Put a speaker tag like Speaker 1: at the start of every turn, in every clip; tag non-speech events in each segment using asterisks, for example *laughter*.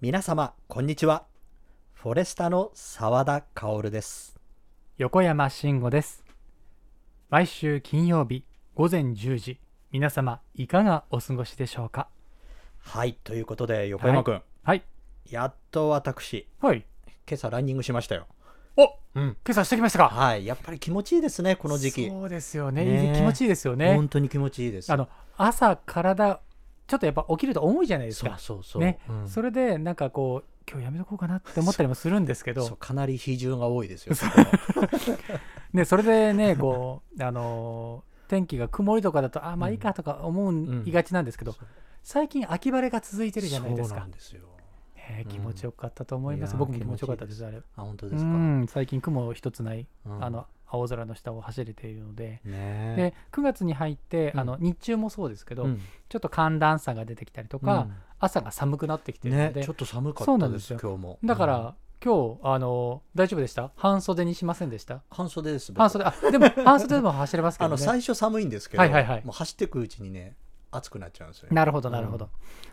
Speaker 1: 皆様こんにちはフォレスタの澤田薫です
Speaker 2: 横山慎吾です毎週金曜日午前10時皆様いかがお過ごしでしょうか
Speaker 1: はいということで横山君、
Speaker 2: はい
Speaker 1: やっと私
Speaker 2: はい
Speaker 1: 今朝ランニングしましたよ
Speaker 2: お、今朝してきましたか
Speaker 1: はいやっぱり気持ちいいですねこの時期、
Speaker 2: そうですよね
Speaker 1: ねえ
Speaker 2: 気持ちいいですよね
Speaker 1: 本当に気持ちいいです
Speaker 2: あの朝体ちょっとやっぱ起きると重いじゃないです
Speaker 1: そう
Speaker 2: か
Speaker 1: そうそう、
Speaker 2: ね
Speaker 1: うん
Speaker 2: それでなんかこう今日やめとこうかなって思ったりもするんですけ
Speaker 1: そう
Speaker 2: ど
Speaker 1: かなり比重が多いですよ
Speaker 2: *laughs* ねそれでねこう *laughs* あのー天気が曇りとかだとあまあいいかとか思
Speaker 1: ん
Speaker 2: いがちなんですけど、最近秋晴れが続いてるじゃないです
Speaker 1: そうな
Speaker 2: か
Speaker 1: ん、ですよ
Speaker 2: ね
Speaker 1: うん
Speaker 2: 気持ちよかったと思います、
Speaker 1: いやー
Speaker 2: 僕も気持ちよかったですあれ
Speaker 1: あ本当ですか、
Speaker 2: うん最近雲一つない、
Speaker 1: うん
Speaker 2: あの青空の下を走れているので、
Speaker 1: ねえ
Speaker 2: で9月に入って、
Speaker 1: うん
Speaker 2: あの日中もそうですけど、
Speaker 1: うん
Speaker 2: ちょっと寒暖差が出てきたりとか、朝が寒くなってきて
Speaker 1: うん
Speaker 2: るの
Speaker 1: ね
Speaker 2: で、
Speaker 1: ちょっと寒か
Speaker 2: そ
Speaker 1: っ
Speaker 2: うな
Speaker 1: た
Speaker 2: ん
Speaker 1: で
Speaker 2: ですす
Speaker 1: 今
Speaker 2: よ
Speaker 1: 日も
Speaker 2: だから、
Speaker 1: うん
Speaker 2: 今日あの大丈夫でした半袖にしませんでした
Speaker 1: 半袖です僕
Speaker 2: 半袖あでも半袖でも走れますけ
Speaker 1: あ
Speaker 2: ど
Speaker 1: の
Speaker 2: ね
Speaker 1: 最初寒いんですけど、
Speaker 2: はいはいはい
Speaker 1: もう走っていくうちにね暑くなっちゃうんですよ、ね、
Speaker 2: *laughs* なるほどなるほど、
Speaker 1: う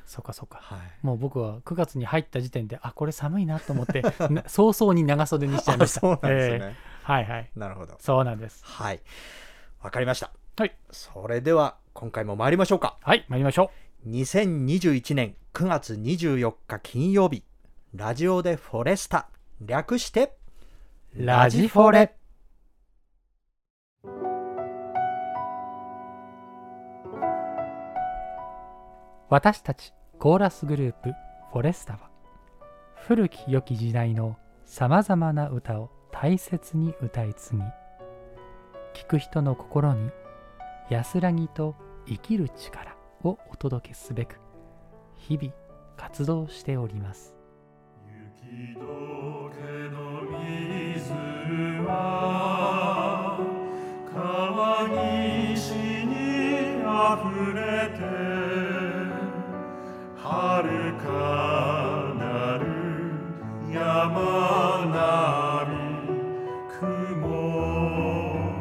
Speaker 2: そうかそうか
Speaker 1: はい
Speaker 2: もう僕は9月に入った時点であこれ寒いなと思って *laughs* な早々に長袖にしちゃいました
Speaker 1: *laughs* そうなんですよね、
Speaker 2: ええはいはい
Speaker 1: なるほど
Speaker 2: そうなんです
Speaker 1: はいわかりました
Speaker 2: はい
Speaker 1: それでは今回も参りましょうか
Speaker 2: はい参りましょ
Speaker 1: 2021年9月24日金曜日ラジオでフォレスタ略して
Speaker 2: うラジフォレ私たちコーラスグループフォレスタは古き良き時代のさまざまな歌を大切に歌い継ぎ聴く人の心に安らぎと生きる力をお届けすべく日々活動しております
Speaker 3: 雪解けの水は川岸にあふれて遥かなる山並み雲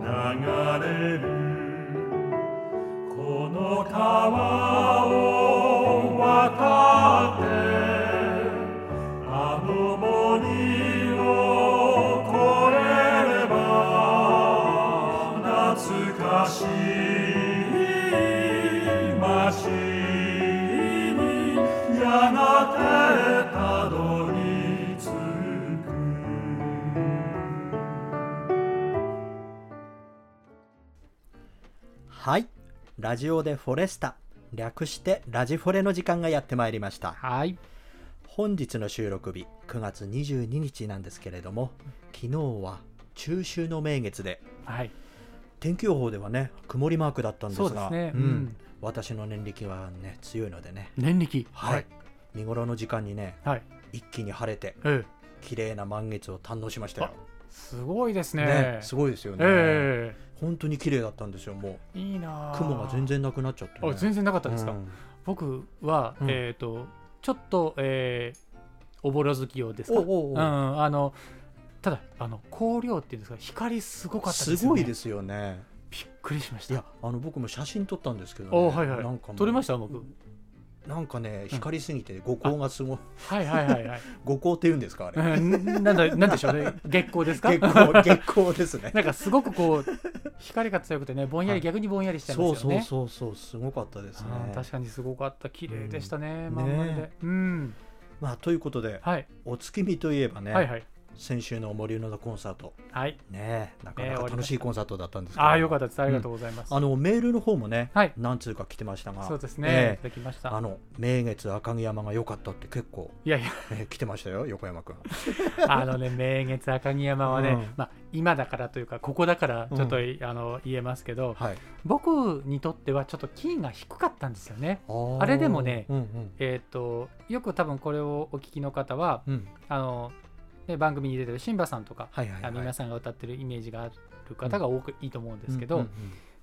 Speaker 3: 流れるこの川を渡ってあの森を越えれば懐かしい街にやがてたどり着く
Speaker 1: はいラジオでフォレスタ略してラジフォレの時間がやってまいりました
Speaker 2: はい
Speaker 1: 本日の収録日9月22日なんですけれども昨日は中秋の名月で
Speaker 2: はい
Speaker 1: 天気予報ではね曇りマークだったんですが
Speaker 2: そうですね
Speaker 1: うん
Speaker 2: うん
Speaker 1: 私の年力はね強いのでね
Speaker 2: 念力
Speaker 1: はい、見頃の時間にね
Speaker 2: はい
Speaker 1: 一気に晴れて
Speaker 2: ええ
Speaker 1: 綺麗な満月を堪能しましたよ、
Speaker 2: すごいですね
Speaker 1: ねすごいですよね、
Speaker 2: え
Speaker 1: 本当に綺麗だったんですよも
Speaker 2: えいいな
Speaker 1: う
Speaker 2: あ
Speaker 1: 雲が全然なくなっちゃって、ね、
Speaker 2: あ全然なかったですか、
Speaker 1: うん
Speaker 2: 僕は、
Speaker 1: うん
Speaker 2: えっ、とちょっと、えー、おぼろ月夜ですか
Speaker 1: おおお
Speaker 2: うん、あのただあの光量っていうんですか光すごかったですすよ
Speaker 1: ご
Speaker 2: ね
Speaker 1: いですよね
Speaker 2: びっくりしまし
Speaker 1: い
Speaker 2: た
Speaker 1: やあの僕も写真撮ったんですけど、ね、
Speaker 2: おはいはい
Speaker 1: なんかもう
Speaker 2: 撮れました僕
Speaker 1: なんかね光りすぎて五光がすごい
Speaker 2: はいはいはいはい
Speaker 1: 五光って言うんですかあれ
Speaker 2: うんな
Speaker 1: *laughs*
Speaker 2: んだなんでしょうね月光ですか
Speaker 1: 月光 *laughs* 月光ですね
Speaker 2: *laughs* なんかすごくこう光が強くてねぼんやり、
Speaker 1: はい
Speaker 2: 逆にぼんやりしちゃいますよ
Speaker 1: そ
Speaker 2: ね
Speaker 1: うそうそうそうすごかったですね
Speaker 2: あー確かにすごかった綺麗でしたね、
Speaker 1: うん
Speaker 2: まんま
Speaker 1: ね
Speaker 2: で、うん
Speaker 1: まあということで
Speaker 2: はい、
Speaker 1: お月見といえばね、
Speaker 2: はいはい
Speaker 1: 先週の森のコンサート
Speaker 2: はい
Speaker 1: ねえなかな
Speaker 2: ねえ
Speaker 1: か楽しい
Speaker 2: 終わりました
Speaker 1: コンサートだったんですけど
Speaker 2: ああよかったですありがとうございます、
Speaker 1: あのメールの方もね、
Speaker 2: はい
Speaker 1: 何通か来てましたが
Speaker 2: そうですね、
Speaker 1: え
Speaker 2: いた
Speaker 1: え
Speaker 2: だきました
Speaker 1: あの明月赤城山が良かったって結構、
Speaker 2: いやいや
Speaker 1: ええ来てましたよ横山
Speaker 2: *laughs*
Speaker 1: 君
Speaker 2: あのね、明月赤城山はね、
Speaker 1: うん
Speaker 2: まあ、今だからというか、ここだからちょっと、あの言えますけど、
Speaker 1: はい
Speaker 2: 僕にとってはちょっとキーが低かったんですよね。
Speaker 1: あー
Speaker 2: あれでもね
Speaker 1: うんうん
Speaker 2: えー、とよく多分これをお聞きの方は
Speaker 1: うん
Speaker 2: あの、ね、番組に出てるシンバさんとか、
Speaker 1: はいはいはい
Speaker 2: あの皆さんが歌ってるイメージがある方が多く、いいと思うんですけど、
Speaker 1: うんうん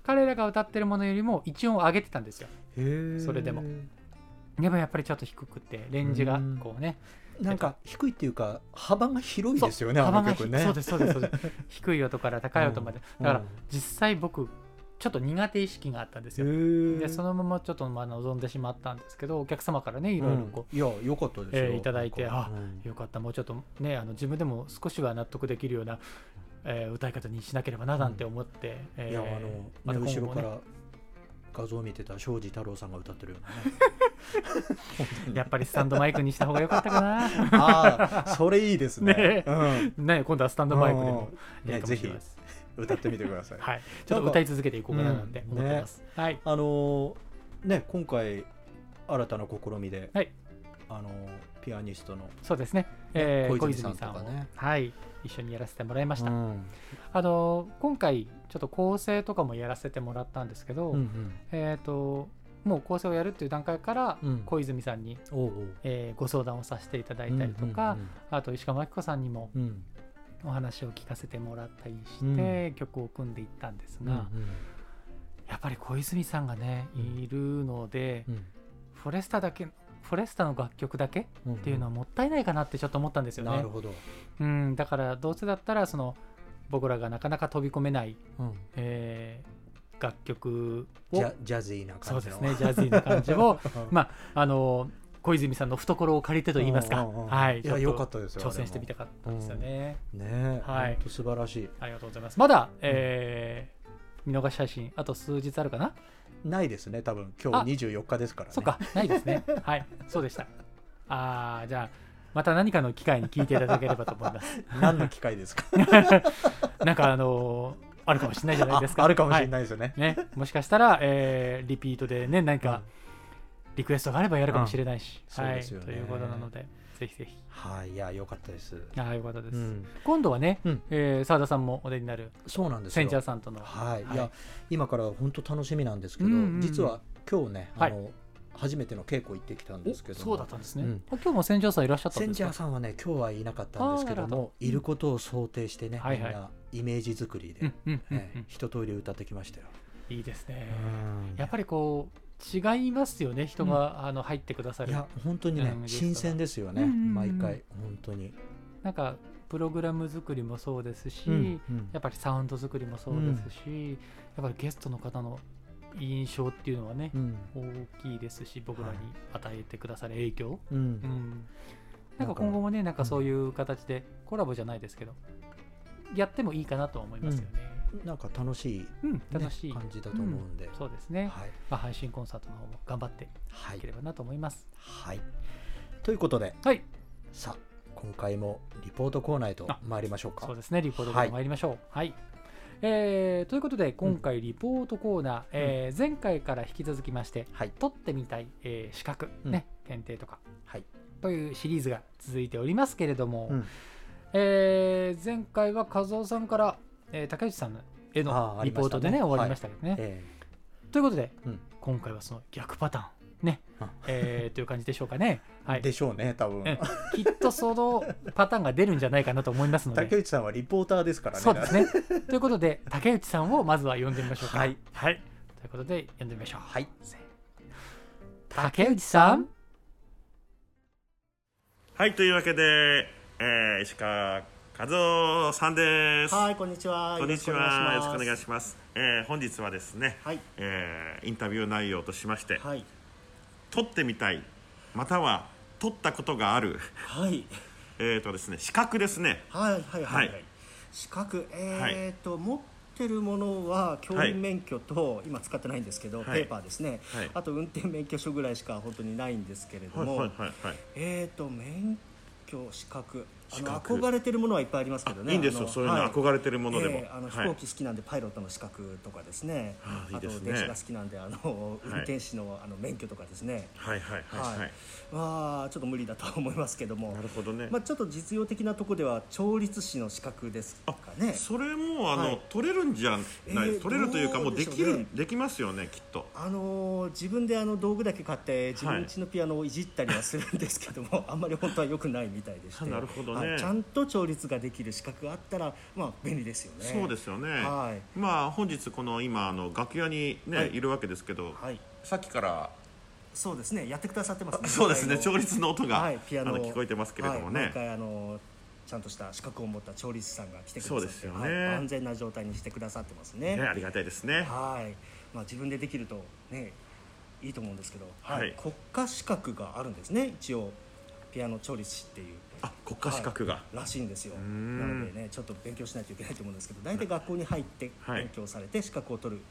Speaker 2: 彼らが歌ってるものよりも一音上げてたんですよ
Speaker 1: うんへえ
Speaker 2: それでもでもやっぱりちょっと低くてレンジがこうね、
Speaker 1: なんか低いっていうか幅が広い
Speaker 2: そう
Speaker 1: ですよねあ
Speaker 2: 幅
Speaker 1: の
Speaker 2: がひ
Speaker 1: 曲ね *laughs*
Speaker 2: そうですそうですそうです低い音から高い音まで、だから
Speaker 1: うん
Speaker 2: 実際僕ちょっと苦手意識があったんですよ、でそ
Speaker 1: の
Speaker 2: のままちょっとまあ望んでしまったんですけどお客様からねいろいろこう、
Speaker 1: いや良かったですよ、
Speaker 2: えーいただいて
Speaker 1: なんか
Speaker 2: あ
Speaker 1: うん
Speaker 2: よかったもうちょっとねあの自分でも少しは納得できるような、えー歌い方にしなければななんて思って、えー
Speaker 1: いやあの、ね
Speaker 2: また今後
Speaker 1: 後ろ
Speaker 2: もね
Speaker 1: から画像を見てた庄司太郎さんが歌ってるような
Speaker 2: *laughs*
Speaker 1: ね
Speaker 2: やっぱりスタンドマイクにした方が良かったかな
Speaker 1: *laughs* ああそれいいですね
Speaker 2: ね
Speaker 1: うん
Speaker 2: ね今度はスタンドマイクでも
Speaker 1: うん
Speaker 2: いいかもしれ
Speaker 1: ねぜ
Speaker 2: ないで
Speaker 1: ひ
Speaker 2: す、
Speaker 1: 歌ってみてください
Speaker 2: *laughs* はい、ちょっと歌い続けていこうかななんて思ってます、はい
Speaker 1: あのーね今回新たな試みで、
Speaker 2: はい
Speaker 1: あのーピアニストの
Speaker 2: そうですね、えー、
Speaker 1: 小
Speaker 2: 小
Speaker 1: 泉
Speaker 2: 泉
Speaker 1: さ
Speaker 2: さ
Speaker 1: ん
Speaker 2: ん
Speaker 1: と
Speaker 2: を
Speaker 1: かね
Speaker 2: はい、一緒にやらせてもらいました、
Speaker 1: うん
Speaker 2: あの今回ちょっと構成とかもやらせてもらったんですけど、
Speaker 1: うん
Speaker 2: えっ、ともう構成をやるっていう段階から
Speaker 1: うん
Speaker 2: 小泉さんに、
Speaker 1: うん、おうおう
Speaker 2: えーご相談をさせていただいたりとか、あと石川真紀子さんにも
Speaker 1: うんうん
Speaker 2: お話を聞かせてもらったりして、
Speaker 1: う
Speaker 2: 曲を組んでいったんです
Speaker 1: うん
Speaker 2: が、やっぱり小泉さんがねいるので、
Speaker 1: うん
Speaker 2: フォレスタだけフォレスタの楽曲だけっ
Speaker 1: うん
Speaker 2: ていうのはもったいないかなってちょっと思ったんですよね。
Speaker 1: なるほど、
Speaker 2: うん、だからどうせだったらその僕らがなかなか飛び込めない、
Speaker 1: うん、
Speaker 2: えー楽曲を
Speaker 1: ジャジャズィーな
Speaker 2: そ
Speaker 1: 感
Speaker 2: う
Speaker 1: じ
Speaker 2: で
Speaker 1: の
Speaker 2: すねジャズィーな
Speaker 1: *laughs*
Speaker 2: 感じを
Speaker 1: ま
Speaker 2: *laughs* まああの小泉さんの懐を借りてと言いますか、はい、
Speaker 1: いや
Speaker 2: ちょ
Speaker 1: 良
Speaker 2: と
Speaker 1: かったですよ
Speaker 2: 挑戦してみた
Speaker 1: か
Speaker 2: かったんですよね、
Speaker 1: ねえ、
Speaker 2: はい
Speaker 1: ほんと素晴らしい
Speaker 2: ありがとうございますまだ、えー見逃し配信あと数日あるかな、
Speaker 1: ないですね多分今
Speaker 2: あ
Speaker 1: 日24日ですからね
Speaker 2: そっかないですねはいそうでしたあーじゃあまた何かの機会に聞いていただければと思います
Speaker 1: 何の機会ですか
Speaker 2: なんかあのあるかもしれない *laughs* じゃないです
Speaker 1: *laughs*
Speaker 2: か
Speaker 1: ああるかもしれ
Speaker 2: い
Speaker 1: ないですよね、
Speaker 2: ね、もしかしたら、えーリピートでね、何かリクエストがあればやるかもしれないし、
Speaker 1: うん
Speaker 2: はい、
Speaker 1: そうですよね
Speaker 2: ということなので、ぜひぜひ。
Speaker 1: はい、いや良かったです、
Speaker 2: ああ、よかったです。
Speaker 1: うん
Speaker 2: 今度はね、
Speaker 1: うん
Speaker 2: えー澤田さんもお出になる、
Speaker 1: そうなんです
Speaker 2: セ
Speaker 1: よ
Speaker 2: ンチャーさんとの。
Speaker 1: はい、
Speaker 2: はい
Speaker 1: い、や今から本当楽しみなんですけど、
Speaker 2: うんうんうん
Speaker 1: 実は今日ねあ
Speaker 2: はい
Speaker 1: の、初めての稽古行ってきたん
Speaker 2: お
Speaker 1: ですけども
Speaker 2: そうだったんですね。
Speaker 1: うん
Speaker 2: あ今日もセンチャーさんいらっしゃった
Speaker 1: セ
Speaker 2: ん
Speaker 1: ン
Speaker 2: です
Speaker 1: チャ
Speaker 2: か
Speaker 1: ーさんはね今日はいなかったんですけど
Speaker 2: あーなるほ
Speaker 1: もいることを想定してね、
Speaker 2: はいはい
Speaker 1: みんなイメージ作りで、
Speaker 2: うんうんうんうん
Speaker 1: ええ一通り歌ってきましたよ、
Speaker 2: いいですね。
Speaker 1: うん
Speaker 2: やっぱりこう、違いますよね、人が、あの入ってくださ
Speaker 1: い
Speaker 2: る。
Speaker 1: や本当にね、
Speaker 2: うん
Speaker 1: 新鮮ですよね、
Speaker 2: うんうんうん
Speaker 1: 毎回本当に、
Speaker 2: なんか、プログラム作りもそうですし、
Speaker 1: うん
Speaker 2: やっぱりサウンド作りもそうですし、やっぱりゲストの方の印象っていうのはね、
Speaker 1: うん
Speaker 2: 大きいですし僕らに与えてくださる影響、
Speaker 1: うん
Speaker 2: うん、
Speaker 1: な
Speaker 2: なん
Speaker 1: か
Speaker 2: んか今後もねなんかそういう形でコラボじゃないですけどやってもいいかなとは思いますよね、
Speaker 1: なんか楽しい、ね
Speaker 2: うん楽しい、
Speaker 1: 感じだと思うんで、
Speaker 2: そうですね、
Speaker 1: はい
Speaker 2: まあ、配信コンサートの方も頑張って
Speaker 1: はいい
Speaker 2: ければなと思います
Speaker 1: はいということで
Speaker 2: はい
Speaker 1: さあ今回もリポートコーナーへと参りましょうか
Speaker 2: そうですねリポートコーナー参りましょうはい、えーということで今回リポートコーナー、えー前回から引き続きまして
Speaker 1: はい
Speaker 2: 取ってみたい、えー資格、
Speaker 1: うん
Speaker 2: ね検定とか
Speaker 1: はい
Speaker 2: というシリーズが続いておりますけれども、
Speaker 1: うん
Speaker 2: えー前回は和夫さんから、えー竹内さんへ
Speaker 1: あ
Speaker 2: の
Speaker 1: ーあり
Speaker 2: リ
Speaker 1: ま
Speaker 2: ポ
Speaker 1: し
Speaker 2: ー
Speaker 1: たね
Speaker 2: トでね終わりましたけどね。
Speaker 1: え
Speaker 2: ということで、
Speaker 1: うん
Speaker 2: 今回はその逆パターンね
Speaker 1: うん、
Speaker 2: えーという感じでしょうかね。は
Speaker 1: え
Speaker 2: い、
Speaker 1: でしょうね多分
Speaker 2: うんきっとそのパターンが出るんじゃないかなと思いますの
Speaker 1: 竹
Speaker 2: で。
Speaker 1: 内さんはリポーターですからね
Speaker 2: そうですね。 *laughs* ということで竹内さんをまずは呼んでみましょう
Speaker 1: *laughs*
Speaker 2: か。
Speaker 1: はい、
Speaker 2: はい、ということで呼んでみましょう。
Speaker 1: はい
Speaker 2: せー竹内さん
Speaker 4: はい、というわけで、えー石川和夫さんです。
Speaker 5: はい、こんにちは。
Speaker 4: こんにちは。よろしくお願い
Speaker 5: し
Speaker 4: します。えー本日はですね、
Speaker 5: はい
Speaker 4: えーインタビュー内容としまして、
Speaker 5: ます。はい。
Speaker 4: 取ってみたい、または取ったことがある、 *laughs*
Speaker 5: はい。
Speaker 4: えーとですね、資格ですね。
Speaker 5: はい、はい、はい。
Speaker 4: はい
Speaker 5: 資格、えーと、持ってるものは教員免許と、今使ってないんですけど、
Speaker 4: はい
Speaker 5: ペーパーですね、
Speaker 4: はい
Speaker 5: あと運転免許証ぐらいしか本当にないんですけれど
Speaker 4: はい
Speaker 5: も、
Speaker 4: はいはいはい。
Speaker 5: えーと、免許資格。あ
Speaker 4: 資
Speaker 5: の
Speaker 4: 格
Speaker 5: 憧れてるものはいっぱいありますけどね。
Speaker 4: いいんです
Speaker 5: あ
Speaker 4: よ、
Speaker 5: の
Speaker 4: そういうの
Speaker 5: は
Speaker 4: 憧れてるものでも。
Speaker 5: ええあの飛
Speaker 4: はい
Speaker 5: 行機好きなんで、パイロットの資格とかですね
Speaker 4: ああいい
Speaker 5: あと
Speaker 4: ですね
Speaker 5: 電車が好きなんであの運転士の,、あの免許とかですね
Speaker 4: はいはいはいはい。
Speaker 5: まあちょっと無理だとは思いますけども
Speaker 4: なるほどね。
Speaker 5: まあ、ちょっと実用的なとこでは調律師の資格ですかね
Speaker 4: それもあの、
Speaker 5: はい
Speaker 4: 取れるんじゃない、
Speaker 5: えー
Speaker 4: 取れるというかもう
Speaker 5: どう
Speaker 4: で
Speaker 5: でしょう
Speaker 4: きる
Speaker 5: ね
Speaker 4: できますよねきっと
Speaker 5: あのー自分であの道具だけ買って自分家のピアノをいじったりはするんですけども、
Speaker 4: *laughs*
Speaker 5: あんまり本当は良くないみたいでして
Speaker 4: あなるほどね
Speaker 5: はいちゃんと調律ができる資格があったら、まあ、便利ですよね
Speaker 4: そうですよね、
Speaker 5: は
Speaker 4: まあ本日この今あの楽屋にね、、
Speaker 5: はいい
Speaker 4: るわけですけど、
Speaker 5: はい
Speaker 4: さっきから
Speaker 5: そうですねやってくださってますね
Speaker 4: そうですね
Speaker 5: 毎回
Speaker 4: 調律の音が、
Speaker 5: はい、ピアノ
Speaker 4: あ
Speaker 5: を
Speaker 4: の聞こえてますけれどもね、
Speaker 5: はい、毎回あのちゃんとした資格を持った調理師さんが来てくださ
Speaker 4: そ
Speaker 5: っ
Speaker 4: う
Speaker 5: て
Speaker 4: ですよね
Speaker 5: はい安全な状態にしてくださってますね。
Speaker 4: ね、ありがたいですね。
Speaker 5: はい、まあ、自分でできるとねいいと思うんですけど、
Speaker 4: はい
Speaker 5: 国家資格があるんですね一応ピアノ調理師っていう
Speaker 4: あ、国家資格が。
Speaker 5: らしいんですよなんのでねちょっと勉強しないといけないと思うんですけど大体学校に入って
Speaker 4: はい
Speaker 5: 勉強されて資格を取る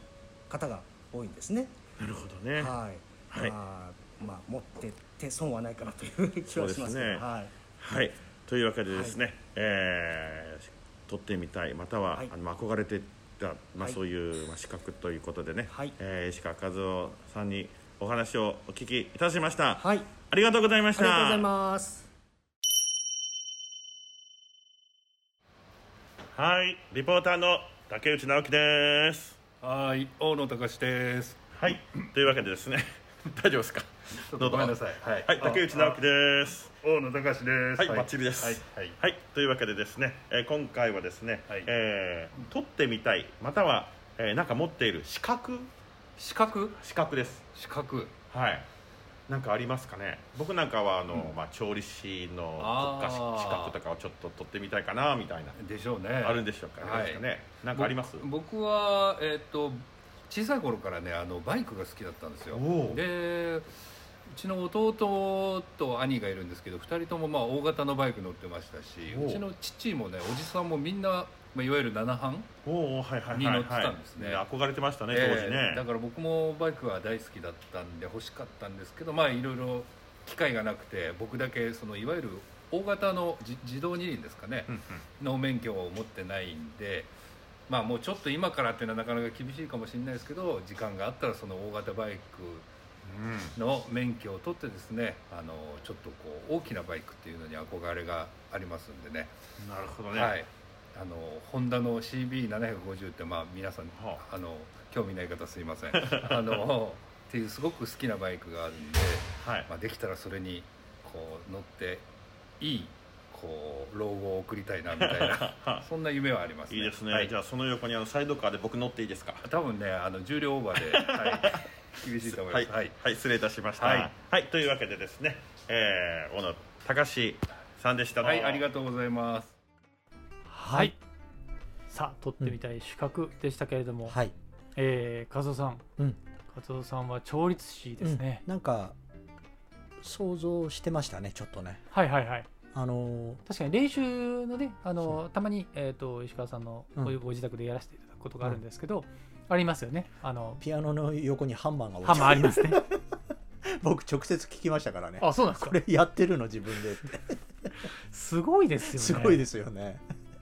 Speaker 5: 方が多いんですね
Speaker 4: なるほどね。
Speaker 5: はい、
Speaker 4: はい
Speaker 5: まあ、まあ、持ってって損はないかなという気はし
Speaker 4: そう
Speaker 5: ます
Speaker 4: です
Speaker 5: け
Speaker 4: ね
Speaker 5: どはい
Speaker 4: はい、というわけでですね、えー撮ってみたいまたは、
Speaker 5: はい
Speaker 4: あの憧れてた、まあ
Speaker 5: はい
Speaker 4: そういう、まあ、資格ということでね、
Speaker 5: はい
Speaker 4: えー石川和夫さんにお話をお聞きいたしました、
Speaker 5: はい、あ
Speaker 4: ありがとうございまし
Speaker 5: りがとう
Speaker 4: た
Speaker 5: ございます
Speaker 4: はいリポーターの竹内直樹です
Speaker 6: はい、大野隆です。
Speaker 4: はいというわけでですね *laughs* 大丈夫ですか
Speaker 6: ちょっ
Speaker 4: どうぞ
Speaker 6: とごめんなさい。はい
Speaker 4: はい竹内直樹です
Speaker 6: 大野隆です。
Speaker 4: はい、バッチリです。
Speaker 6: はい、はい、
Speaker 4: はいというわけでですね、えー今回はですね、
Speaker 6: はい
Speaker 4: えー取ってみたい、または、えーなんか持っている資格、
Speaker 6: 資格、
Speaker 4: 資格です。
Speaker 6: 資格。
Speaker 4: はい。なんかありますかね。僕なんかはあの、まあ調理師の国家資
Speaker 6: あー
Speaker 4: 資格とかをちょっと取ってみたいかなみたいな、
Speaker 6: でしょうね。
Speaker 4: あるんでしょうかね。
Speaker 6: はい
Speaker 4: ですかねなんかあります。
Speaker 6: ぼ僕は、えっ、と、小さい頃からね、あのバイクが好きだったんですよ。
Speaker 4: おお
Speaker 6: で、うちの弟と兄がいるんですけど、二人ともまあ大型のバイク乗ってましたし、
Speaker 4: おう
Speaker 6: うちの父もね、おじさんもみんな。まあ、いわゆる七班、
Speaker 4: おおはいはいはい
Speaker 6: に
Speaker 4: は
Speaker 6: 乗
Speaker 4: い。
Speaker 6: ってたんですね
Speaker 4: 憧れてましたね当時
Speaker 6: え
Speaker 4: ね
Speaker 6: ー。だから僕もバイクは大好きだったんで欲しかったんですけどまあいろいろ機会がなくて僕だけそのいわゆる大型のじ自動二輪ですかね
Speaker 4: うんうん
Speaker 6: の免許を持ってないんでまあもうちょっと今からっていうのはなかなか厳しいかもしれないですけど時間があったらその大型バイ
Speaker 4: うん
Speaker 6: クの免許を取ってですねあのちょっとこう大きなバイクっていうのに憧れがありますんでね
Speaker 4: なるほどね。
Speaker 6: はい、あのホンダの CB750 って、まあ、皆さん、
Speaker 4: は
Speaker 6: あ、の興味ない方すいませんあのっていうすごく好きなバイクがあるんで、
Speaker 4: はい
Speaker 6: まあ、できたらそれにこう乗っていいこう老後を送りたいなみたいな
Speaker 4: *laughs*
Speaker 6: そんな夢はありますね
Speaker 4: いいですね、
Speaker 6: はい
Speaker 4: じゃあその横にあのサイドカーで僕乗っていいですか
Speaker 6: 多分ねあの重量オーバーで、は
Speaker 4: *laughs*
Speaker 6: い、厳しいと思います、
Speaker 4: はい、はい失礼いたしました、は
Speaker 6: はいい
Speaker 4: というわけでですね、えー、小野隆史さんでした
Speaker 6: はい、ありが
Speaker 4: と
Speaker 6: とうございます
Speaker 2: はい、さあ取ってみたい資格でしたけれども、
Speaker 1: はい、
Speaker 2: えー、和夫さん、
Speaker 1: うん
Speaker 2: 和夫さんは調律師ですね、
Speaker 1: うんなんか想像してましたねちょっとね
Speaker 2: はいはいはい
Speaker 1: あのー
Speaker 2: 確かに練習のねあ
Speaker 1: そ
Speaker 2: のたまに、えー、と石川さんのご,、
Speaker 1: うん
Speaker 2: ご自宅でやらせていただくことがあるんですけど、ありますよねあの
Speaker 1: ピアノの横にハンマーが
Speaker 2: ハ
Speaker 1: 置い
Speaker 2: ン
Speaker 1: て
Speaker 2: マーありま
Speaker 1: *laughs*
Speaker 2: すね
Speaker 1: 僕直接聞きましたからね
Speaker 2: あそうなんです
Speaker 1: こ
Speaker 2: か
Speaker 1: れやってるの自分でって
Speaker 2: すごいですよね
Speaker 1: すごい
Speaker 2: す
Speaker 1: ですよね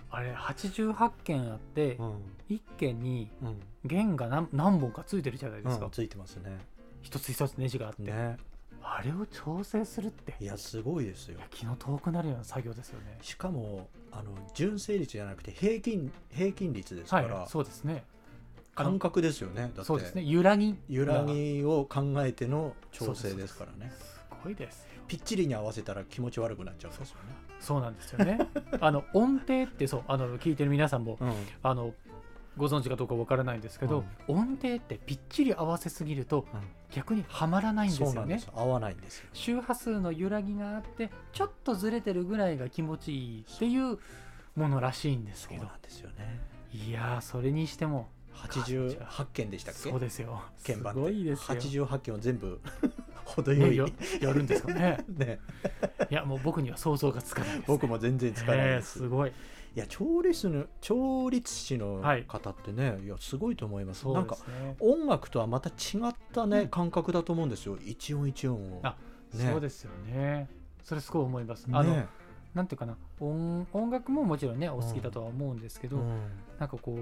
Speaker 2: あれ88件あって、
Speaker 1: うん
Speaker 2: 一1件に
Speaker 1: うん
Speaker 2: 弦が何何本かついてるじゃないですか、
Speaker 1: うんついてますね
Speaker 2: 一つ一つネジがあって、
Speaker 1: ね
Speaker 2: あれを調整するって
Speaker 1: いやすごいですよ
Speaker 2: 気の遠くなるような作業ですよね
Speaker 1: しかもあの純正率じゃなくて平均平均率ですから、
Speaker 2: はいそうですねあの
Speaker 1: 感覚ですよねだ
Speaker 2: そう
Speaker 1: っ
Speaker 2: ですね
Speaker 1: て
Speaker 2: 揺らぎ
Speaker 1: 揺らぎを考えての調整ですからね
Speaker 2: すごいですよ
Speaker 1: ぴっちりに合わせたら気持ち悪くなっちゃうんですよね
Speaker 2: そうなんですよね *laughs* あの音程ってそうあの聞いてる皆さんも
Speaker 1: うん
Speaker 2: あのご存知かどうかわからないんですけど、音程ってぴっちり合わせすぎると逆にはまらないんです
Speaker 1: そうな
Speaker 2: よ
Speaker 1: んで
Speaker 2: ね
Speaker 1: す合わないんですよ
Speaker 2: 周波数の揺らぎがあってちょっとずれてるぐらいが気持ちいいっていうものらしいんです
Speaker 1: そ
Speaker 2: け
Speaker 1: う
Speaker 2: ど
Speaker 1: なんですよね
Speaker 2: いやーそれにしても
Speaker 1: 88件でしたっけ
Speaker 2: そうですよす
Speaker 1: 鍵盤って
Speaker 2: ごいですよ
Speaker 1: 88件を全部 *laughs* 程
Speaker 2: ね
Speaker 1: よ
Speaker 2: よ
Speaker 1: い
Speaker 2: やるんですかね
Speaker 1: *laughs* ね
Speaker 2: *laughs* いやもう僕には想像がつかないです、ね、
Speaker 1: 僕も全然つかない
Speaker 2: えー
Speaker 1: です
Speaker 2: すごい
Speaker 1: いや調理師の調律師の
Speaker 2: はい
Speaker 1: 方ってね、い、やすごいと思います
Speaker 2: そ
Speaker 1: な
Speaker 2: うんで
Speaker 1: か
Speaker 2: すね
Speaker 1: 音楽とはまた違ったね、
Speaker 2: うん
Speaker 1: 感覚だと思うんですよ一音一音を
Speaker 2: あ
Speaker 1: ね
Speaker 2: そうですよねそれすごい思います、
Speaker 1: ね
Speaker 2: あのなんていうかな音音楽ももちろんねお好きだとは思うんですけど、
Speaker 1: うん
Speaker 2: なんかこう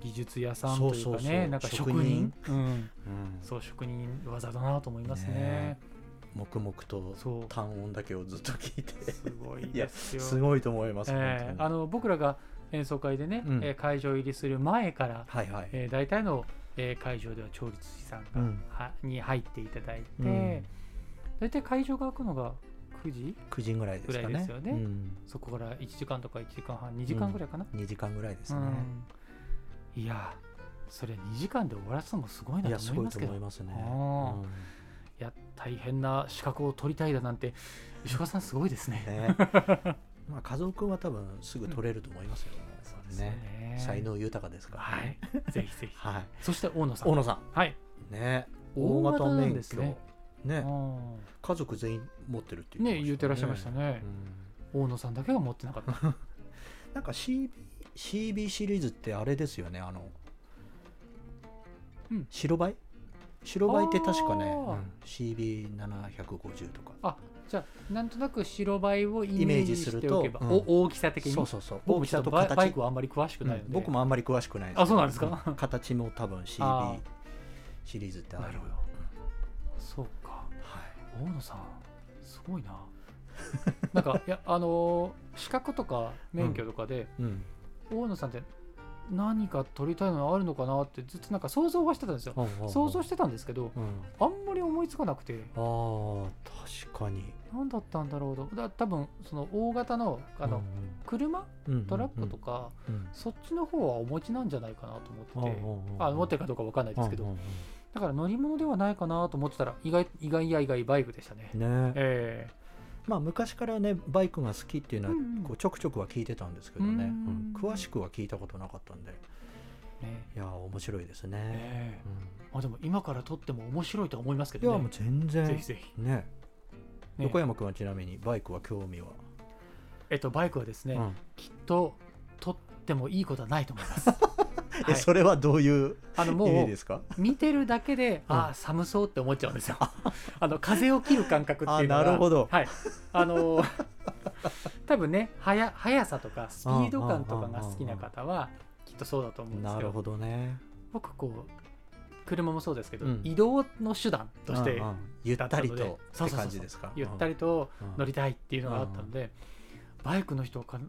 Speaker 2: 技術屋さんというかね
Speaker 1: そうそうそう
Speaker 2: なんか職
Speaker 1: 職
Speaker 2: 人
Speaker 1: 人
Speaker 2: うん、
Speaker 1: うん
Speaker 2: そう職人技だなと思いますね
Speaker 1: ね黙々と
Speaker 2: そう
Speaker 1: 単音だけをずっと聞いて
Speaker 2: すごい
Speaker 1: いや
Speaker 2: ですよ
Speaker 1: すごいと思います、
Speaker 2: え
Speaker 1: 本
Speaker 2: ー
Speaker 1: 当
Speaker 2: あ
Speaker 1: に
Speaker 2: の僕らが演奏会でね、
Speaker 1: うん
Speaker 2: えー会場入りする前から、
Speaker 1: はいはい、
Speaker 2: えー大体の、えー会場では調律師さん
Speaker 1: う
Speaker 2: が、
Speaker 1: ん
Speaker 2: はに入っていただいて、
Speaker 1: うん
Speaker 2: 大体会場が開くのが9時
Speaker 1: 9時ぐらいですかね
Speaker 2: ぐらいですよね
Speaker 1: うん、
Speaker 2: そこから1時間とか1時間半2時間ぐらいかな、
Speaker 1: 2時間ぐらいです
Speaker 2: う
Speaker 1: ね、
Speaker 2: んいやそれ2時間で終わらすのもすごい
Speaker 1: い
Speaker 2: な
Speaker 1: や
Speaker 2: と
Speaker 1: す
Speaker 2: 思
Speaker 1: ごい
Speaker 2: います
Speaker 1: と
Speaker 2: けど
Speaker 1: 思
Speaker 2: い
Speaker 1: いますね、
Speaker 2: あー
Speaker 1: うん
Speaker 2: や大変な資格を取りたいだなんて石川さんすごいですね
Speaker 1: ね、
Speaker 2: *laughs*
Speaker 1: まあ、和夫君は多分すぐ取れると思いますよ、
Speaker 2: そうですよね
Speaker 1: 才能豊かですから、
Speaker 2: はい、ぜひぜひ。
Speaker 1: はい、
Speaker 2: そして大野さん。
Speaker 1: 大野さ
Speaker 2: はい。
Speaker 1: んね
Speaker 2: 大
Speaker 1: 大
Speaker 2: 型
Speaker 1: 型
Speaker 2: なん
Speaker 1: 免
Speaker 2: です
Speaker 1: 許
Speaker 2: ね
Speaker 1: ね
Speaker 2: あー
Speaker 1: 家族全員持ってるっていう、
Speaker 2: ね、言ってらっしゃいましたね
Speaker 1: う。ん
Speaker 2: 大野さんだけが持ってなかった。
Speaker 1: なんか CB, CB シリーズってあれですよねあの、
Speaker 2: うん
Speaker 1: 白バイ白バイって確かね、
Speaker 2: あ
Speaker 1: う
Speaker 2: ー
Speaker 1: ん CB750 とか
Speaker 2: あ、じゃあなんとなく白バイをイメージしておけば、
Speaker 1: イメージすると
Speaker 2: お大きさ的に。
Speaker 1: そうそうそう
Speaker 2: 僕ちょっとバイバイクはあんまり詳しく
Speaker 1: うん
Speaker 2: ないので、
Speaker 1: 僕もあんまり詳しくない
Speaker 2: あそうなんですか
Speaker 1: うん形も多分
Speaker 2: あ
Speaker 1: CB シリーズってある
Speaker 2: なるほどそうか
Speaker 1: はい
Speaker 2: 大野さんすごいな *laughs* なんかいやあのー資格とか免許とかで、
Speaker 1: うん
Speaker 2: 大野さんって何か取りたいのあるのかなってずっとなんか想像はしてたんですよ
Speaker 1: ほうほうほう
Speaker 2: 想像してたんですけど
Speaker 1: うん
Speaker 2: あんまり思いつかなくて
Speaker 1: あー確かに
Speaker 2: 何だったんだろうとだ多分その大型のあの、車
Speaker 1: うんうん
Speaker 2: トラックとか、
Speaker 1: うんうん
Speaker 2: そっちの方はお持ちなんじゃないかなと
Speaker 1: うん
Speaker 2: 思ってて、あ持ってるかどうかわかんないですけど、だから乗り物ではないかなと思ってたら意外意外や意外バイクでしたね、
Speaker 1: ね
Speaker 2: え
Speaker 1: まあ昔からねバイクが好きっていうのは
Speaker 2: うんうん
Speaker 1: こうちょくちょくは聞いてたんですけどね、
Speaker 2: うん
Speaker 1: うん詳しくは聞いたことなかったんで
Speaker 2: えね
Speaker 1: いやー面白いです
Speaker 2: え
Speaker 1: ね、
Speaker 2: えまあ、でも今から撮っても面白いとは思いますけ
Speaker 1: いや
Speaker 2: ど
Speaker 1: もう
Speaker 2: ね
Speaker 1: 全然
Speaker 2: ぜひぜひ、
Speaker 1: ね
Speaker 2: ね
Speaker 1: 横山君はちなみにバイクは興味は、
Speaker 2: えっと、バイクはですね、
Speaker 1: うん
Speaker 2: きっと撮ってもいいことはないと思い
Speaker 1: *laughs*
Speaker 2: ますは
Speaker 1: え
Speaker 2: い
Speaker 1: それはどういう
Speaker 2: あのも
Speaker 1: 意味
Speaker 2: う
Speaker 1: ですか
Speaker 2: 見てるだけで、
Speaker 1: うん
Speaker 2: ああ寒そうって思っちゃうん
Speaker 1: *laughs*
Speaker 2: ですよあの風を切る感覚っていうのが
Speaker 1: あなるほど
Speaker 2: はいあのー多分ね速速さとかスピード感とかが好きな方はきっとそうだと思うんです
Speaker 1: な
Speaker 2: け
Speaker 1: る
Speaker 2: ど
Speaker 1: ほどね
Speaker 2: 僕こう車もそうですけど、
Speaker 1: うん
Speaker 2: 移動の手段として、
Speaker 1: うんうんゆったりと
Speaker 2: だったのでそ
Speaker 1: って
Speaker 2: うそうそうそう
Speaker 1: 感じですか
Speaker 2: ゆったりと乗りたいっていうのがあったので、バイクの人か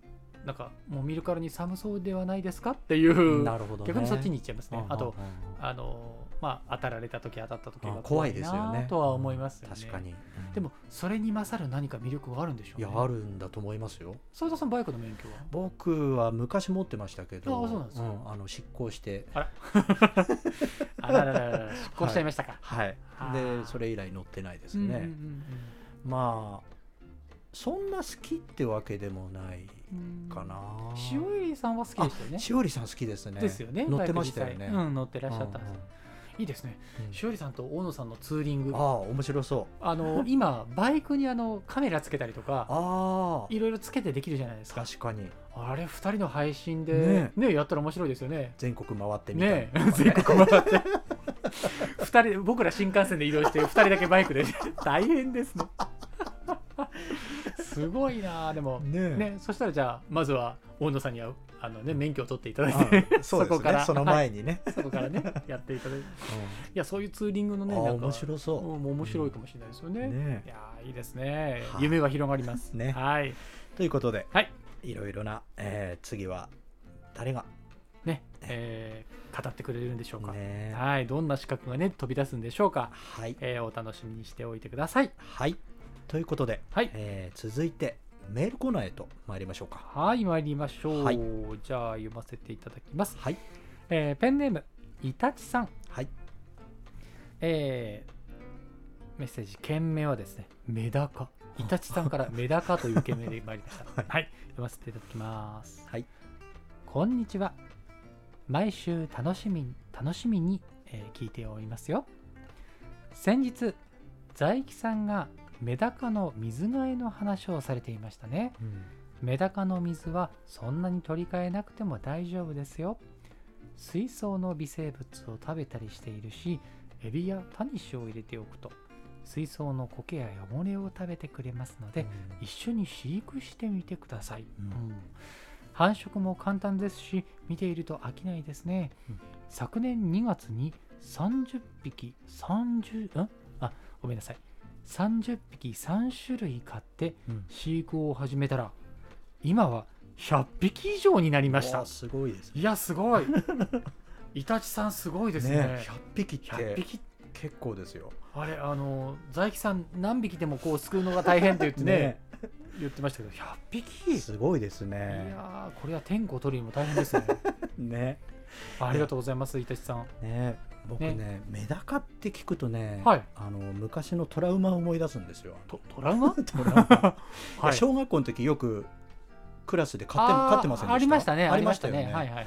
Speaker 2: なんかもう見るからに寒そうではないですかっていううん
Speaker 1: なるほど、ね、
Speaker 2: 逆にそっちに行っちゃいます
Speaker 1: うん
Speaker 2: ね
Speaker 1: う。ん
Speaker 2: あと
Speaker 1: うんうん
Speaker 2: あのまあ当たられた時当たった時
Speaker 1: うん
Speaker 2: が
Speaker 1: 怖いですよ
Speaker 2: な
Speaker 1: ね
Speaker 2: あとは思いますよね。
Speaker 1: 確かに、うん
Speaker 2: でもそれに勝る何か魅力はあるんでしょう
Speaker 1: い
Speaker 2: ね。
Speaker 1: やあるんだと思いますよ
Speaker 2: 斉田さんバイクの免許は
Speaker 1: 僕は昔持ってましたけど
Speaker 2: あそうなんですか
Speaker 1: あの執行して
Speaker 2: あららららら執行しちゃいましたか。
Speaker 1: はい
Speaker 2: あー
Speaker 1: でそれ以来乗ってないです
Speaker 2: うんうん
Speaker 1: ね、
Speaker 2: うん
Speaker 1: まあそんな好きってわけでもない
Speaker 2: うん
Speaker 1: かな、
Speaker 2: 塩入さんは好きでしたよね。
Speaker 1: しおりさん好きですね
Speaker 2: ですよね。
Speaker 1: 乗ってましたよ
Speaker 2: バ
Speaker 1: ね
Speaker 2: イク実際うん乗ってらっしゃったん
Speaker 1: うん
Speaker 2: で
Speaker 1: うん
Speaker 2: すね。いいですね。
Speaker 1: うん
Speaker 2: しおりさんと大野さんのツーリング
Speaker 1: あ
Speaker 2: あ
Speaker 1: あ面白そう
Speaker 2: の今バイクにあのカメラつけたりとか
Speaker 1: ああ
Speaker 2: いろいろつけてできるじゃないですか
Speaker 1: 確かに
Speaker 2: あれ2人の配信でね
Speaker 1: ね
Speaker 2: やったら面白いですよね
Speaker 1: 全国回ってみたいな、
Speaker 2: ねえ *laughs* 全国回って2人僕ら新幹線で移動して2人だけバイクで *laughs* 大変ですね *laughs* すごいなあでも
Speaker 1: ねえ
Speaker 2: ねそしたらじゃあまずは大野さんにはあのね免許を取っていただいて
Speaker 1: うんそうです
Speaker 2: *laughs* そこか
Speaker 1: ね *laughs*
Speaker 2: ら
Speaker 1: その前にね、
Speaker 2: *laughs* そこからねやっていただい
Speaker 1: う
Speaker 2: ていやそういうツーリングの
Speaker 1: ん
Speaker 2: ね
Speaker 1: ああ
Speaker 2: なんか
Speaker 1: 面白そう、
Speaker 2: うんもう面白いかもしれないですよね。
Speaker 1: ね
Speaker 2: いやーいいですね。
Speaker 1: はい
Speaker 2: 夢は広がります。
Speaker 1: ね
Speaker 2: はい。
Speaker 1: ということで、
Speaker 2: はい、
Speaker 1: ろいろな、えー次は誰が
Speaker 2: ね、えー語ってくれるんでしょうか。
Speaker 1: ね
Speaker 2: はい。どんな資格がね、飛び出すんでしょうか。
Speaker 1: はい
Speaker 2: えーお楽しみにしておいてください。
Speaker 1: はいということで、
Speaker 2: はい
Speaker 1: えー続いてメールコーナーへと参りましょうか
Speaker 2: はい、参りましょう。
Speaker 1: はい
Speaker 2: じゃあ、読ませていただきます。
Speaker 1: はい
Speaker 2: えーペンネーム、イタチさん。
Speaker 1: はい
Speaker 2: えーメッセージ、件名はですね、メダ
Speaker 1: *laughs*
Speaker 2: カ。イタチさんからメダカという件名で参りました。
Speaker 1: はい
Speaker 2: 読ませていただきます。
Speaker 1: はい
Speaker 2: こんにちは。毎週楽しみに、楽しみに、えー聞いておりますよ。先日、在木さんがメダカの水替えの話をされていましたね。メダカの水はそんなに取り替えなくても大丈夫ですよ。水槽の微生物を食べたりしているし、エビやタニシを入れておくと、水槽の苔や汚れを食べてくれますので、一緒に飼育してみてください、
Speaker 1: うん
Speaker 2: うん繁殖も簡単ですし見ていると飽きないですね、
Speaker 1: うん
Speaker 2: 昨年2月に30匹30んあごめんなさい30匹3種類買って
Speaker 1: うん
Speaker 2: 飼育を始めたら今は100匹以上になりまし
Speaker 1: わ
Speaker 2: た
Speaker 1: あすごいですね
Speaker 2: いやす *laughs* ごいイタチさんすごいですね
Speaker 1: ね100匹って
Speaker 2: 100匹
Speaker 1: 結構ですよ
Speaker 2: あれあの財木さん何匹でもこう救うのが大変って言ってね言ってましたけど100匹
Speaker 1: すごいです
Speaker 2: い
Speaker 1: ね
Speaker 2: やーこれは天候を取るにも大変です
Speaker 1: *laughs*
Speaker 2: ね
Speaker 1: ね
Speaker 2: あありがとうございます伊達さん
Speaker 1: ね僕ね
Speaker 2: ね
Speaker 1: メダカって聞くとね、
Speaker 2: はい
Speaker 1: あの昔のトラウマを思い出すんですよ *laughs*
Speaker 2: トトラウマ
Speaker 1: トラウマ
Speaker 2: はい
Speaker 1: 小学校の時よくクラスで買って買ってませんでした
Speaker 2: ありましたね
Speaker 1: あ
Speaker 2: あ
Speaker 1: り
Speaker 2: り
Speaker 1: ま
Speaker 2: ま
Speaker 1: し
Speaker 2: したた
Speaker 1: よ
Speaker 2: ね
Speaker 1: ね
Speaker 2: はいはいはい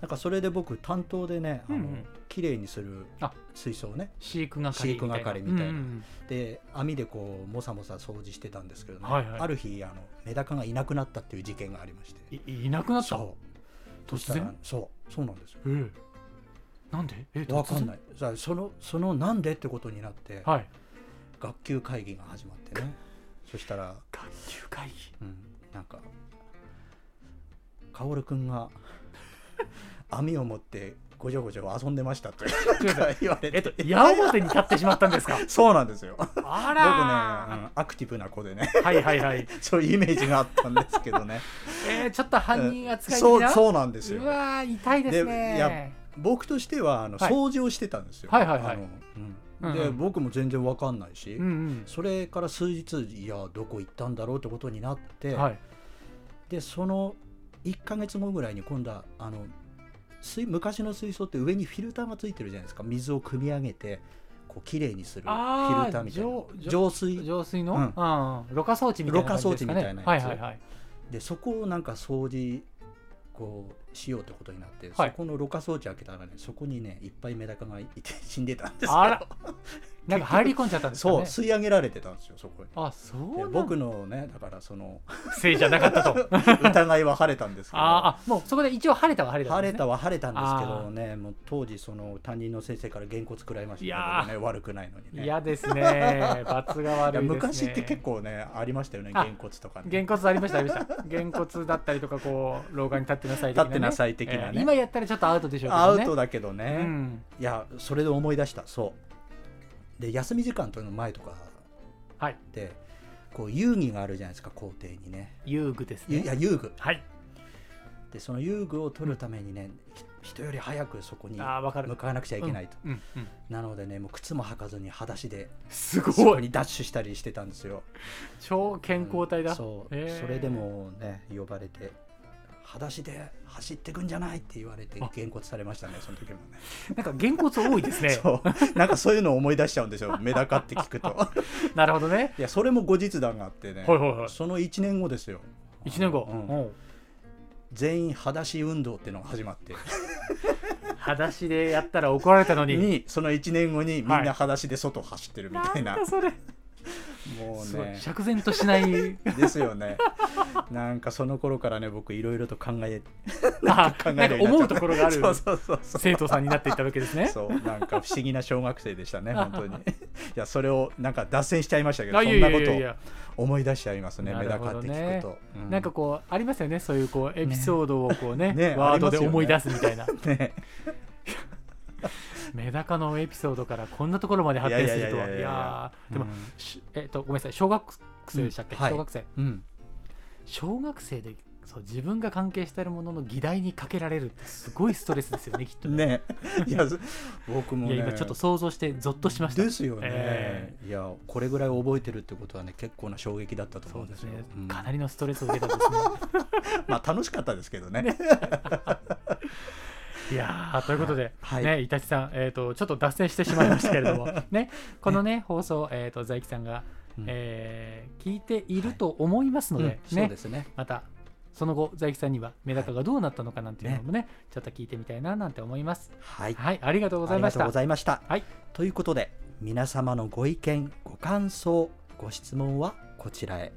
Speaker 1: なんかそれで僕担当でねあの、
Speaker 2: うんうん
Speaker 1: 綺麗にする
Speaker 2: あ
Speaker 1: 水槽をね
Speaker 2: 飼育係
Speaker 1: 飼育係みたいな
Speaker 2: うんうん
Speaker 1: で網でこうもさもさ掃除してたんですけどね、
Speaker 2: はいはい
Speaker 1: ある日あのメダカがいなくなったっていう事件がありまして
Speaker 2: うんいいなくなった
Speaker 1: そうそし
Speaker 2: 突然
Speaker 1: たらそうそうなんですよ
Speaker 2: ええなんでえ
Speaker 1: わかんないいさあそのそのなんでってことになって、
Speaker 2: はい
Speaker 1: 学級会議が始まってねそしたら、
Speaker 2: 学級会議
Speaker 1: うん、なんか薫君が網を持ってごちょごちょ遊んでましたってなんか言われ
Speaker 2: えってと矢面に立ってしまったんですか
Speaker 1: そうなんですよ僕ね、
Speaker 2: あ
Speaker 1: うん
Speaker 2: ら
Speaker 1: アクティブな子でね
Speaker 2: 僕ね、はいはいはい
Speaker 1: そういうイメージがあったんですけど
Speaker 2: *laughs*
Speaker 1: ね
Speaker 2: えー、ちょっと犯人扱い的
Speaker 1: そう
Speaker 2: な
Speaker 1: そうなんですよ
Speaker 2: うわー痛いです
Speaker 1: でいや
Speaker 2: ね
Speaker 1: 僕としてはあの
Speaker 2: はい
Speaker 1: 掃除をしてたんですよ、
Speaker 2: はいはいはい
Speaker 1: あの
Speaker 2: うんうん
Speaker 1: で僕も全然わかんないし、
Speaker 2: うん
Speaker 1: それから数日いやどこ行ったんだろうってことになっ
Speaker 2: う
Speaker 1: て、
Speaker 2: んはい
Speaker 1: でその1か月後ぐらいに今度はあの水昔の水槽って上にフィルターがついてるじゃないですか水を汲み上げてこう綺麗にするフ
Speaker 2: あー
Speaker 1: ィルターみたい
Speaker 2: 浄
Speaker 1: な
Speaker 2: 浄
Speaker 1: 浄水
Speaker 2: 浄水の、
Speaker 1: う
Speaker 2: うんんろ過装置みたいな感じです
Speaker 1: ろ過装置み
Speaker 2: かね
Speaker 1: たいなやつ
Speaker 2: はいはいはい
Speaker 1: でそこをなんか掃除こうしようってことになって、
Speaker 2: はい
Speaker 1: そこのろ過装置開けたらねそこにねいっぱいメダカがいて *laughs* 死んでたんですよ
Speaker 2: *laughs* あらなんか入り込んじゃったんですか
Speaker 1: そう
Speaker 2: ね
Speaker 1: 吸い上げられてたんですよそこに。
Speaker 2: あそう
Speaker 1: で
Speaker 2: なんだ
Speaker 1: 僕のねだからそ
Speaker 2: *laughs*
Speaker 1: の
Speaker 2: せいじゃなか *laughs* ったと
Speaker 1: 疑いは晴れたんですけど
Speaker 2: あーあもうそこで一応晴れたは晴れたん
Speaker 1: 晴
Speaker 2: で
Speaker 1: れ
Speaker 2: すね、
Speaker 1: たは晴れたんですけどねもう当時その担任の先生からげんこつ食らいました
Speaker 2: い
Speaker 1: ね
Speaker 2: やー
Speaker 1: 僕ね悪くないのにね
Speaker 2: 嫌です
Speaker 1: *laughs*
Speaker 2: ね罰が悪いで
Speaker 1: いや
Speaker 2: すね
Speaker 1: 昔って結構ねありましたよねげ
Speaker 2: あ
Speaker 1: んこつとかね
Speaker 2: げんこつありましたありましたげんこつだったりとかこう廊下に立ってなさい的な、ね、
Speaker 1: 立ってなさい的なね
Speaker 2: えー今やったらちょっとアウトでしょうけ
Speaker 1: ア
Speaker 2: ど
Speaker 1: ウ
Speaker 2: ね
Speaker 1: トだけどね、
Speaker 2: うん
Speaker 1: いやそれで思い出したそうで休み時間というの前とか
Speaker 2: はい
Speaker 1: でこう遊戯があるじゃないですか校庭にね
Speaker 2: 遊具です
Speaker 1: い
Speaker 2: ね
Speaker 1: いや遊具
Speaker 2: はい
Speaker 1: でその遊具を取るためにね、ひ人より早くそこに
Speaker 2: あーわかる
Speaker 1: 向かわなくちゃいけないと、
Speaker 2: うんうん、
Speaker 1: なのでねもう靴も履かずに裸足ですそ
Speaker 2: ご
Speaker 1: こ
Speaker 2: い
Speaker 1: にダッシュしたりしてたんですよ
Speaker 2: 超健康体だ、
Speaker 1: うんそう、
Speaker 2: へ
Speaker 1: そ
Speaker 2: ー
Speaker 1: れでもね呼ばれて裸足で走ってくんじゃないって言われて
Speaker 2: あ
Speaker 1: げんこつされましたねその時もね
Speaker 2: なんかげんこつ多いですね
Speaker 1: *laughs* そうなんかそういうのを思い出しちゃうんですよメダカって聞くと
Speaker 2: *laughs* なるほどね
Speaker 1: いやそれも後日談があってね、
Speaker 2: はいはいはい
Speaker 1: その1年後ですよ
Speaker 2: 1年後、
Speaker 1: うん
Speaker 2: おう
Speaker 1: 全員裸足運動っていうのが始まって
Speaker 2: 裸足でやったら怒られたのに
Speaker 1: にその1年後にみん
Speaker 2: はい
Speaker 1: な裸足で外を走ってるみたいな、
Speaker 2: なんだそれ
Speaker 1: もう
Speaker 2: すごい
Speaker 1: ね
Speaker 2: 釈然としない
Speaker 1: ですよねなんかその頃からね僕いろいろと考え
Speaker 2: あ
Speaker 1: 考え
Speaker 2: な
Speaker 1: *laughs*
Speaker 2: んか
Speaker 1: るようになっちゃった
Speaker 2: 思うところがある
Speaker 1: そうそうそうそう
Speaker 2: 生徒さんになっていったわけですね
Speaker 1: そうなんか不思議な小学生でした
Speaker 2: *laughs*
Speaker 1: ね本当にいやそれをなんか脱線しちゃいましたけど
Speaker 2: あ
Speaker 1: そ
Speaker 2: いや
Speaker 1: ん
Speaker 2: い
Speaker 1: な
Speaker 2: や
Speaker 1: こ
Speaker 2: い
Speaker 1: と
Speaker 2: やい
Speaker 1: を
Speaker 2: や
Speaker 1: 思い出しちゃいますね
Speaker 2: な
Speaker 1: メ
Speaker 2: る
Speaker 1: ダ
Speaker 2: ほ
Speaker 1: カっ
Speaker 2: ど
Speaker 1: て
Speaker 2: ね
Speaker 1: 聞くと、う
Speaker 2: なんかこうありますよねそういうこうエピソードをこうね
Speaker 1: ね
Speaker 2: ワードで
Speaker 1: ありますよね
Speaker 2: 思い出すみたいな、
Speaker 1: ね
Speaker 2: メダカのエピソードからこんなところまで発展するとは
Speaker 1: やいやい
Speaker 2: い
Speaker 1: やいやいや
Speaker 2: やーでも、
Speaker 1: うん
Speaker 2: しえっとごめんなさい小学生でしたっけ、
Speaker 1: うんはい
Speaker 2: 小学生
Speaker 1: うん
Speaker 2: 小学生でそう自分が関係しているものの議題にかけられるってすごいストレスですよねきっと
Speaker 1: *laughs* ねいや僕も
Speaker 2: い
Speaker 1: ね
Speaker 2: や今ちょっと想像してゾッとしました
Speaker 1: ですよね、
Speaker 2: え
Speaker 1: いやこれぐらい覚えてるってことはね結構な衝撃だったと思
Speaker 2: そううんで
Speaker 1: ですすよ
Speaker 2: ね、
Speaker 1: うん
Speaker 2: かなりのストレスを受けたんですね
Speaker 1: *laughs* まあ楽しかったですけどね
Speaker 2: いやーということで、
Speaker 1: はい
Speaker 2: ね、イタチさん、えー、とちょっと脱線してしまいましたけれど
Speaker 1: *laughs*
Speaker 2: も、ね、この、ね放送、えー、と在木さんが、
Speaker 1: うん
Speaker 2: えー聞いていると思いますので,、
Speaker 1: うんそう
Speaker 2: ね
Speaker 1: ですね
Speaker 2: またその後在木さんにはメダカがどうなったのかなんていうのもね,、ちょっと聞いてみたいななんて思います。
Speaker 1: はい
Speaker 2: はい、ありがとうございまし
Speaker 1: ありがとう
Speaker 2: た
Speaker 1: ご。ざいました。
Speaker 2: はい
Speaker 1: ということで皆様のご意見ご感想ご質問はこちらへ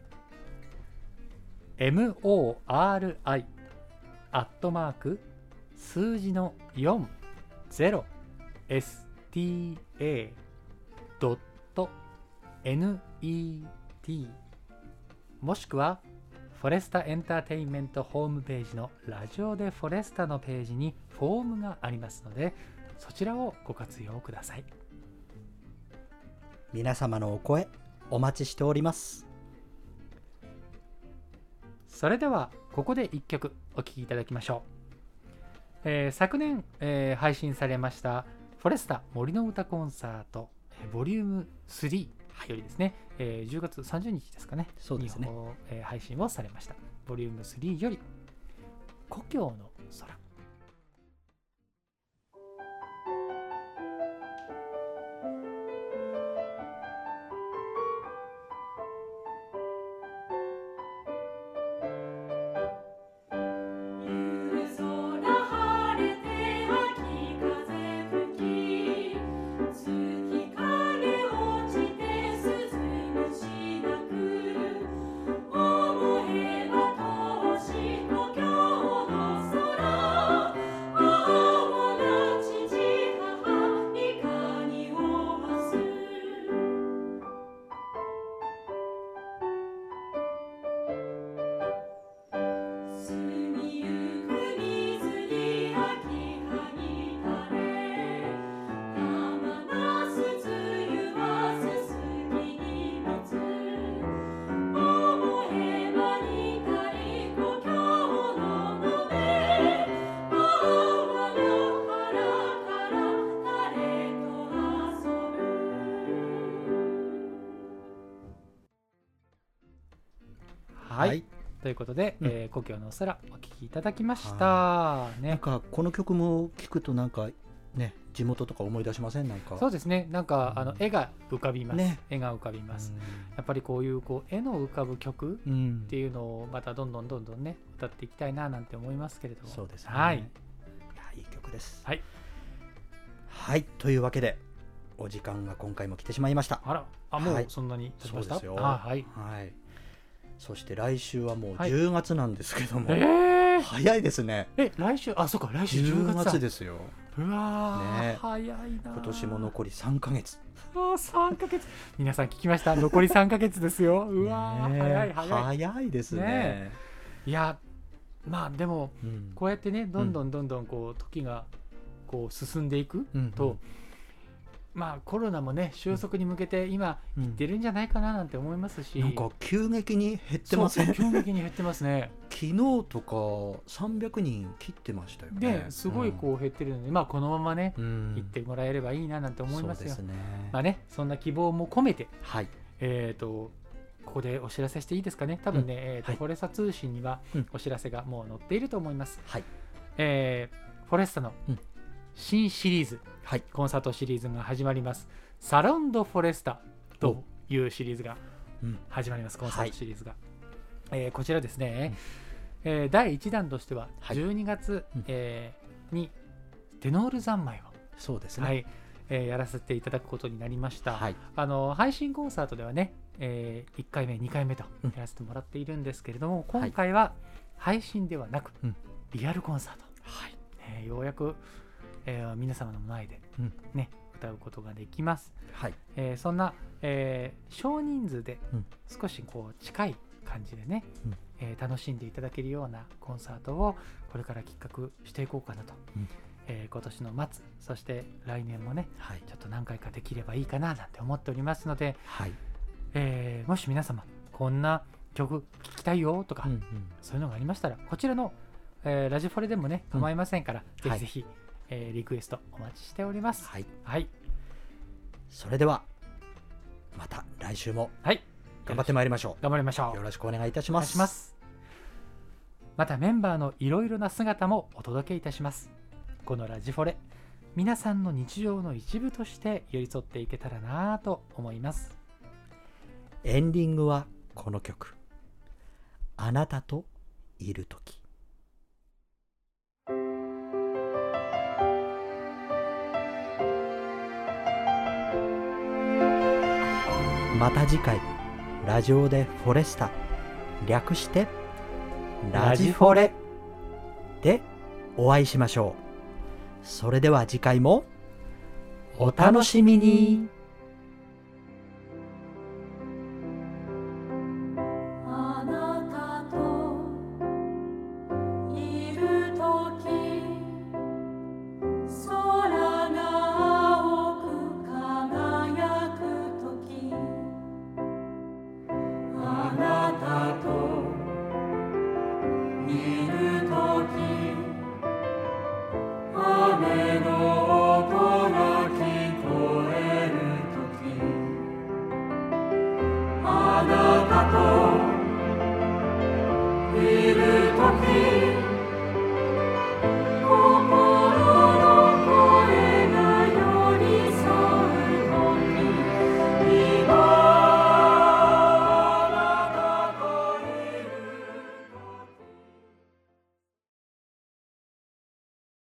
Speaker 2: mori アットマーク数字の 40sta.net もしくはフォレスタエンターテインメントホームページのラジオでフォレスタのページにフォームがありますのでそちらをご活用ください。
Speaker 1: 皆様のお声お待ちしております。
Speaker 2: それではここで1曲お聴きいただきましょう、えー昨年、えー配信されました「フォレスタ森の歌コンサートえーボリューム3よりですね、えー10月30日ですかね
Speaker 1: そうですね
Speaker 2: に放えー配信をされましたボリューム3より「故郷の空」
Speaker 7: 「
Speaker 2: はい、
Speaker 1: はい
Speaker 2: ということで、
Speaker 1: うん
Speaker 2: えー故郷のお空お聞きいただきました
Speaker 1: はなん
Speaker 2: ね
Speaker 1: かこの曲も聞くとなんかね地元とか思い出しませんなんか
Speaker 2: そうですねなんか、
Speaker 1: うん
Speaker 2: あの絵が浮かびます、
Speaker 1: ね
Speaker 2: 絵が浮かびます、
Speaker 1: う
Speaker 2: やっぱりこういうこう絵の浮かぶ
Speaker 1: ん
Speaker 2: 曲
Speaker 1: うん
Speaker 2: っていうのをまたどんどんどんどんね歌っていきたいななんて思いますけれども
Speaker 1: そうですね
Speaker 2: はい
Speaker 1: いやいい曲です
Speaker 2: はい、
Speaker 1: はい、というわけでお時間が今回も来てしまいました
Speaker 2: あらあも
Speaker 1: は
Speaker 2: う
Speaker 1: い
Speaker 2: そんなに経ちました、
Speaker 1: そうですよ
Speaker 2: あはい
Speaker 1: はいそして来週はもう
Speaker 2: はい
Speaker 1: 10月なんですけども、
Speaker 2: えー、
Speaker 1: 早いですね
Speaker 2: え来週あそうか来週10
Speaker 1: 10
Speaker 2: 月だ
Speaker 1: 月ですよ
Speaker 2: うわー、
Speaker 1: ね
Speaker 2: 早いなー
Speaker 1: 今年も残り3ヶ月
Speaker 2: うわー三ヶ月皆さん聞きました *laughs* 残り三ヶ月ですようわー、
Speaker 1: ねえ
Speaker 2: 早い早い、
Speaker 1: 早いですね
Speaker 2: ねい、やまあでも
Speaker 1: うん
Speaker 2: こうやってねどんどんどんどんこう時がこう進んでいくと、まあコロナもね収束に向けて今
Speaker 1: うん
Speaker 2: 出るんじゃないかななんて思いますし、
Speaker 1: なんか急激に減って
Speaker 2: そう
Speaker 1: ません昨
Speaker 2: 急激に減ってますね。
Speaker 1: 日とか300人切ってましたよね
Speaker 2: *laughs* で、すごいこう減ってるので、まあこのままね、
Speaker 1: うん、うん
Speaker 2: 行ってもらえればいいななんて思いますよ。
Speaker 1: そうですね
Speaker 2: まあね、そんな希望も込めて、
Speaker 1: はい
Speaker 2: えっ、と、ここでお知らせしていいですかね。多分ね、えっ、と、
Speaker 1: はい
Speaker 2: フォレスタ通信には
Speaker 1: うん
Speaker 2: お知らせがもう載っていると思います。
Speaker 1: はい
Speaker 2: えーフォレスタの
Speaker 1: うん
Speaker 2: 新シリーズ、
Speaker 1: はい
Speaker 2: コンサートシリーズが始まります。サロンドフォレスタというシリーズが
Speaker 1: うん
Speaker 2: 始まります、コンサ
Speaker 1: は
Speaker 2: ー
Speaker 1: い
Speaker 2: トシリーズが。えーこちらですね、えー第1弾としては、
Speaker 1: はい
Speaker 2: 12月、
Speaker 1: うん
Speaker 2: えーにデノール三昧を、
Speaker 1: そうです
Speaker 2: は
Speaker 1: ね
Speaker 2: いえーやらせていただくことになりました。
Speaker 1: はい
Speaker 2: あの配信コンサートではね、え1回目、2回目とやらせてもらっているんですけれども、今回は配信ではなく、
Speaker 1: うん
Speaker 2: リアルコンサート、ねようやく、えー皆様の前で、
Speaker 1: うん
Speaker 2: ね、歌うことができます。
Speaker 1: はい
Speaker 2: えーそんな、えー少人数で
Speaker 1: うん
Speaker 2: 少しこう近い感じでね、
Speaker 1: うん
Speaker 2: えー楽しんでいただけるようなコンサートをこれから企画していこうかなと、
Speaker 1: うん
Speaker 2: えー今年の末そして来年もね
Speaker 1: はい
Speaker 2: ちょっと何回かできればいいかななんて思っておりますので、
Speaker 1: はい
Speaker 2: えーもし皆様こんな曲聴きたいよとか、
Speaker 1: うんうん
Speaker 2: そういうのがありましたらこちらの、えーラジフォレでもね
Speaker 1: うん
Speaker 2: 構いませんから、ぜ
Speaker 1: は
Speaker 2: ひ
Speaker 1: い
Speaker 2: ぜひ、えーリクエストお待ちしております。
Speaker 1: はい
Speaker 2: はい、
Speaker 1: それではまた来週も
Speaker 2: はい、
Speaker 1: 頑張ってまいりましょ
Speaker 2: 頑張りましょ
Speaker 1: う
Speaker 2: う
Speaker 1: よ。ろしくお願いいたし
Speaker 2: お
Speaker 1: ま
Speaker 2: 願い
Speaker 1: す
Speaker 2: しますまたメンバーのいろいろな姿もお届けいたしますこのラジフォレ皆さんの日常の一部として寄り添っていけたらなぁと思います
Speaker 1: エンディングはこの曲「あなたといる時」また次回ラジオでフォレスタ略して「ラジフォレ」でお会いしましょうそれでは次回もお楽しみに
Speaker 7: 「あなたといるとき」「空が青く輝くとき」「あなたといるとき」「雨の音が聞こえるとき」「あなた